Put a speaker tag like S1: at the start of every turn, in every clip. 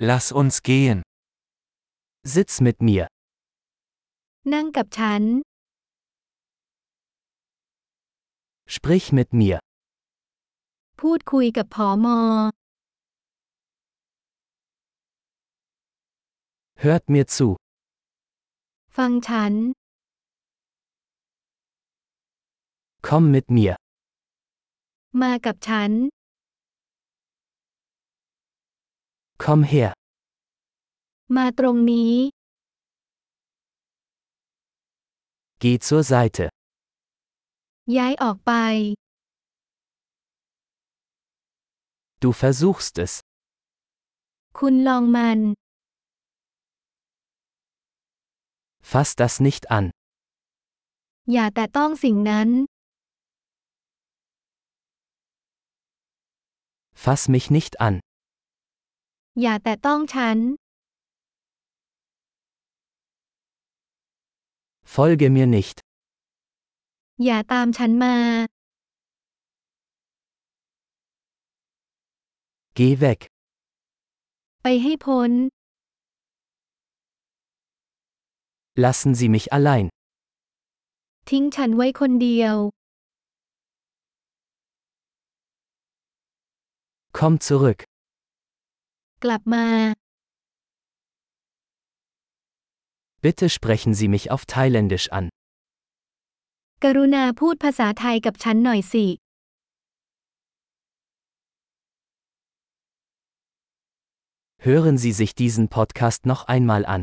S1: Lass uns gehen.
S2: Sitz mit mir.
S3: นั่งกับฉัน
S2: Sprich mit mir.
S3: พูดคุยกับผอมอ
S2: Hört mir zu.
S3: ฟังฉัน
S2: Komm mit mir.
S3: มากับฉัน
S2: Komm her.
S3: มาตรงนี้
S2: Geh zur Seite.
S3: ย้ายออกไป
S2: Du versuchst es.
S3: คุณลองมัน
S2: Fass das nicht an.
S3: อย่าแต่ต้องสิ่งนั้น
S2: Fass mich nicht an.
S3: อย่าแต่ต้องฉัน
S2: Folge mir nicht.
S3: อย่าตามฉันมา
S2: Geh weg.
S3: ไปให้พ้น
S2: Lassen Sie mich allein.
S3: ทิ้งฉันไว้คนเดียว
S2: Komm zurück.
S3: กลับมา
S2: Bitte sprechen Sie mich auf Thailändisch an.
S3: กรุณาพูดภาษาไทยกับฉันหน่อยสิ
S2: Hören Sie sich diesen Podcast noch einmal an.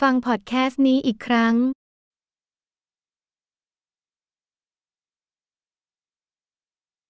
S3: ฟังพอดแคสต์นี้อีกครั้ง